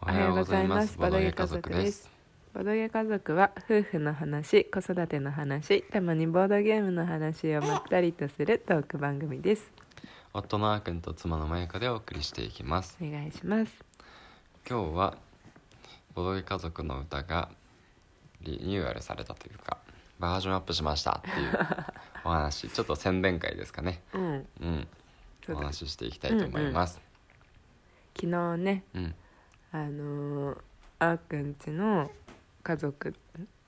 おはようございます。おはボようごドざゲいます家族です。ボドゲ家族は夫婦の話子育ての話たまにボードゲームの話をまったりとするトーク番組です夫のあーくんと妻のまゆかでお送りしていきます。お願いします今日はボドゲ家族の歌がリニューアルされたというか、バージョンアップしましたって いうお話、ちょっと宣伝会ですかね。うんうん、そうおだ昨話ししていきたいと思います。日ねうん、あのーあーくんちの家族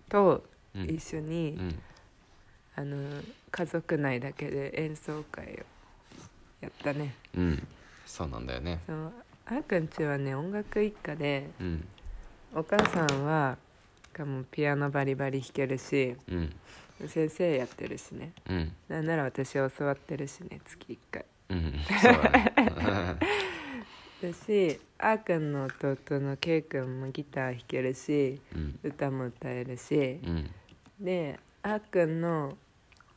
とうん、一緒に、うん、あのー家族内だけで演奏会をやったねうん、そうなんだよね。そのあーくんちはね音楽一家でうん、お母さんはがもうピアノバリバリ弾けるしうん、先生やってるしねうん、なんなら私教わってるしね月1回 うん、そうだね。 だしあーくんの弟のけいくんもギター弾けるしうん、歌も歌えるしうん、であーくんの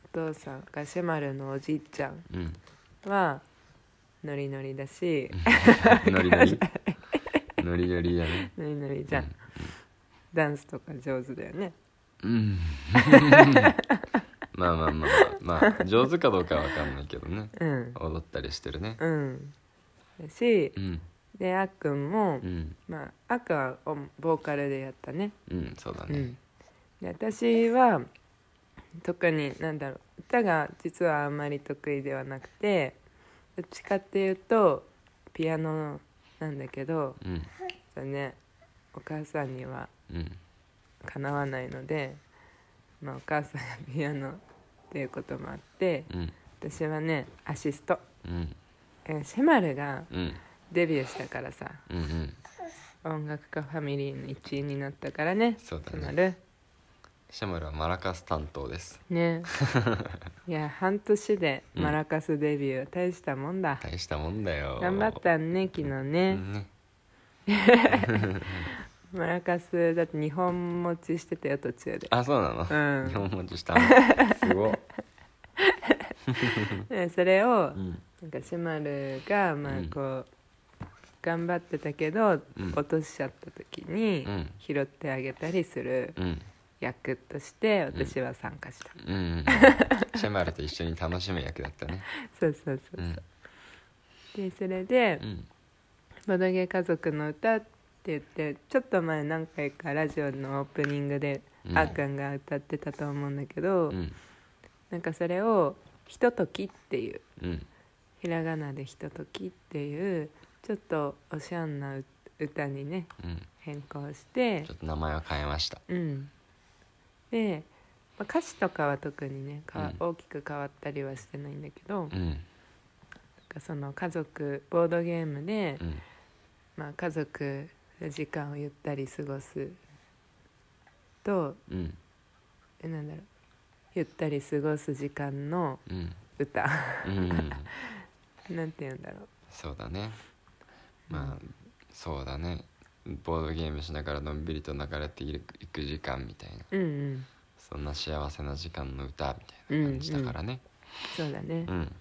お父さんがシェマルのおじいちゃん うん、はノリノリだしノリノリ。ノリノリだね。ノリノリじゃん、うんダンスとか上手だよねうんまあまあまあまあ上手かどうかは分かんないけどねうん踊ったりしてるねうんだしうんであーくんも、うんまああーくんはおボーカルでやったねうんそうだうねん、で私は特に何だろう歌が実はあんまり得意ではなくてどっちかっていうとピアノなんだけどうんそうねお母さんにはうんかなわないので、まあ、お母さんがピアノ っていうこともあってうん私はねアシストうんえーシェマルがうんデビューしたからさうんうん音楽家ファミリーの一員になったからねそうシェだマねルシャムルはマラカス担当です ねいや半年でマラカスデビュー、大したもんだ大したもんだよ頑張ったね昨日うね、んねマラカスだって2本持ちしてたよ途中であそうなのうん日本文字したのすごっねそれうをんなんかシマルがまあうんこう、頑張ってたけど、うん落としちゃった時にうん拾ってあげたりするうん役として私は参加した、うんうんシャマルと一緒に楽しむ役だったねそうそうそううそんうでそれでうんボドゲ家族の歌って言ってちょっと前何回かラジオのオープニングで、うんあーくんが歌ってたと思うんだけど、うんなんかそれを「ひととき」っていううんひらがなで「ひととき」っていうちょっとおしゃんなう歌にねうん変更してちょっと名前を変えましたうんで、まあ歌詞とかは特にねかわう大きく変わったりはしてないんだけど、うなんんかその家族ボードゲームで、うんまあ、家族の時間をゆったり過ごすとうんえなんだろうゆったり過ごす時間のうん歌うんなんて言うんだろそうだねまあそうだねボードゲームしながらのんびりと流れていくいく時間みたいなううんうんそんな幸せな時間の歌みたいな感じだからねそうだね、うん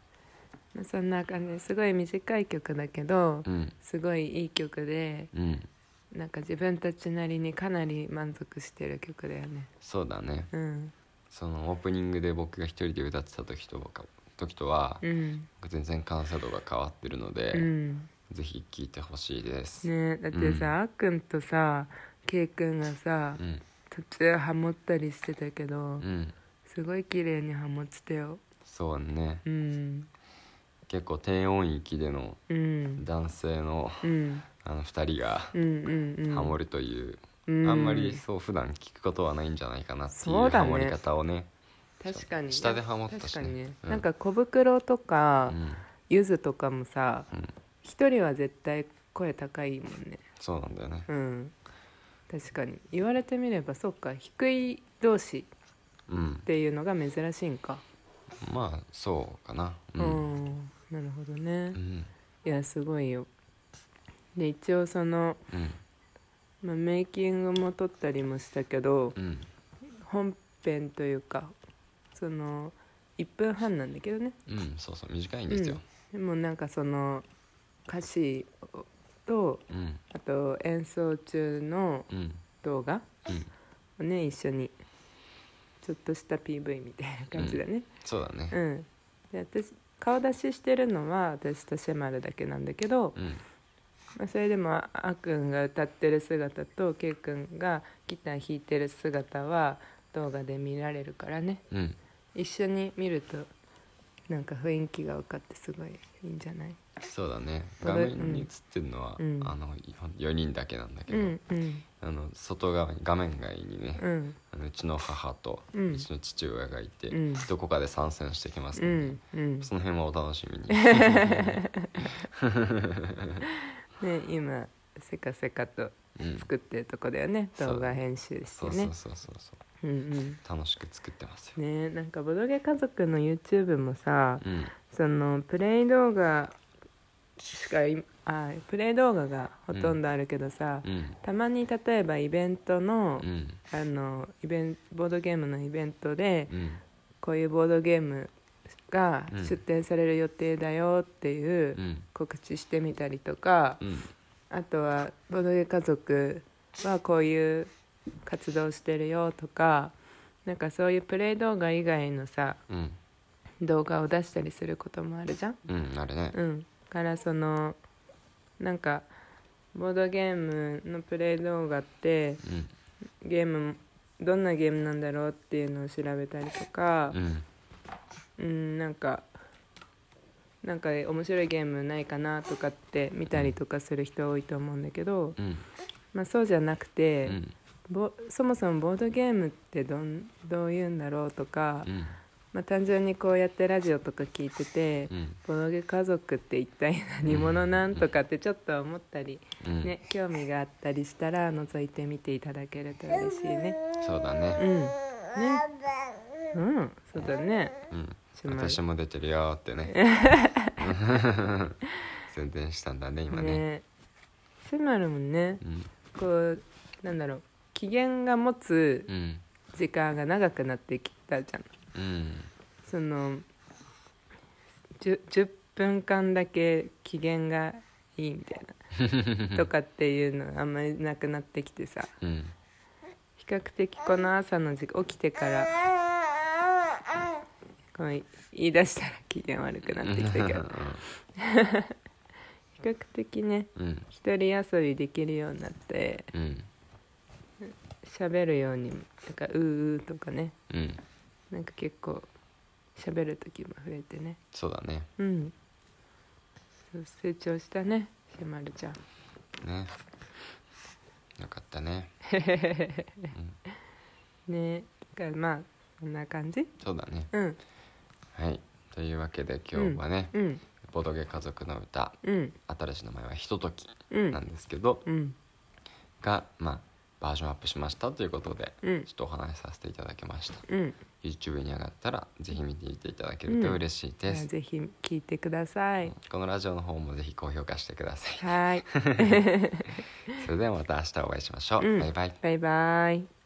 まあ、そんな感じですごい短い曲だけどうんすごいいい曲でうんなんか自分たちなりにかなり満足してる曲だよねそうだねうんそのオープニングで僕が一人で歌ってた時とか時とはうん全然感想度が変わってるのうでんぜひ聴いてほしいですねだってさ、うんあっくんとさけいくんがさうん途中ハモったりしてたけど、うんすごい綺麗にハモってたよそうねうん結構低音域でのうん男性のうんあの2人がうんうんうんハモるという、うんあんまりそう普段聞くことはないんじゃないかなっていそううだハねモり方をね確かに下でハモったしね確かにね、うんなんか小袋とうかん、ゆずとかもさうん一人は絶対声高いもんねそうなんだよねうん確かに言われてみればそうか低い同士うんっていうのが珍しいんかまあそうかなう、うんんなるほどねうんいやすごいよで一応その、うんまあ、メイキングも撮ったりもしたけどうん本編というかその1分半なんだけどねうんそうそう短いんですよ、でもなんかその歌詞とうんあと演奏中のうん動画うんをね一緒にちょっとした PV みたいな感じだねそうだねうん、で私顔出ししてるのは私とシェマルだけなんだけど、うんまあ、それでもああくんが歌ってる姿とけいくんがギター弾いてる姿は動画で見られるからねうん一緒に見るとなんか雰囲気が分かってすごいいいんじゃないそうだねこ画れ面に映ってるのは、うんあの4人だけなんだけうど、んうんあの外側に画面外にね、うんあのうちの母とううんちの父親がいて、うんどこかで参戦してきますうので、んうんその辺はお楽しみにね今せかせかとうん作ってるとこだよね、そう動画編集しそてうねそうそうそうそううん楽しく作ってますよ、うんねなんかボドゲ家族の YouTube もさうんそのプレイ動画しかいあプレイ動画がほとんどあるけどさ、うんたまに例えばイベントの,、うんあのイベンボードゲームのイベントで、うんこういうボードゲームがうん出展される予定だよっていううん告知してみたりとか、うんあとはボードゲ家族はこういう活動してるよとかなんかそういうプレイ動画以外のさうん動画を出したりすることもあるじゃん。うんあれねうん、からそのなんかボードゲームのプレイ動画ってうんゲームどんなゲームなんだろうっていうのを調べたりとかう、んうん、なんかなんか面白いゲームないかなとかって見たりとかする人多いと思うんだけど、うんまあ、そうじゃなくうて、んぼそもそもボードゲームってどんどういうんだろうとか、うんまあ、単純にこうやってラジオとか聞いてて、うんボードゲ家族って一体何者なんとかってちょっと思ったり、うんね、興味があったりしたら覗いてみていただけると嬉しいね。そうだうねん、ねうん、そうだねうんしま私も出てるよーってね宣伝したんだね今ねねシェマルもねうんこうなんだろう期限が持つうん時間が長くなってきたじゃんうんそのじゅ 10, 分間だけ期限がいいみたいなとかっていうのあんまりなくなってきてさうん比較的この朝の時間起きてからこの言い出したら機嫌悪くなってきたけど比較的ねうん一人遊びできるようになってうん喋るようにもなんか「うーうー」とかねうんなんか結構喋る時も増えてねそうだねうんそう成長したねひまるちゃんねよかったねねだからまあそんな感じそうだねうんはいというわけで今日はねうん「ボドゲ家族の歌うん」新しい名前は「ひととき」うなんんですけどうんがまあバージョンアップしましたということでうんちょっとお話しさせていただきましたうん YouTube に上がったらぜひ見ていていただけると嬉しいじゃあですぜひ聞いてくださいこのラジオの方もぜひ高評価してくださいはいそれではまた明日お会いしましょううんバイバイバイバイ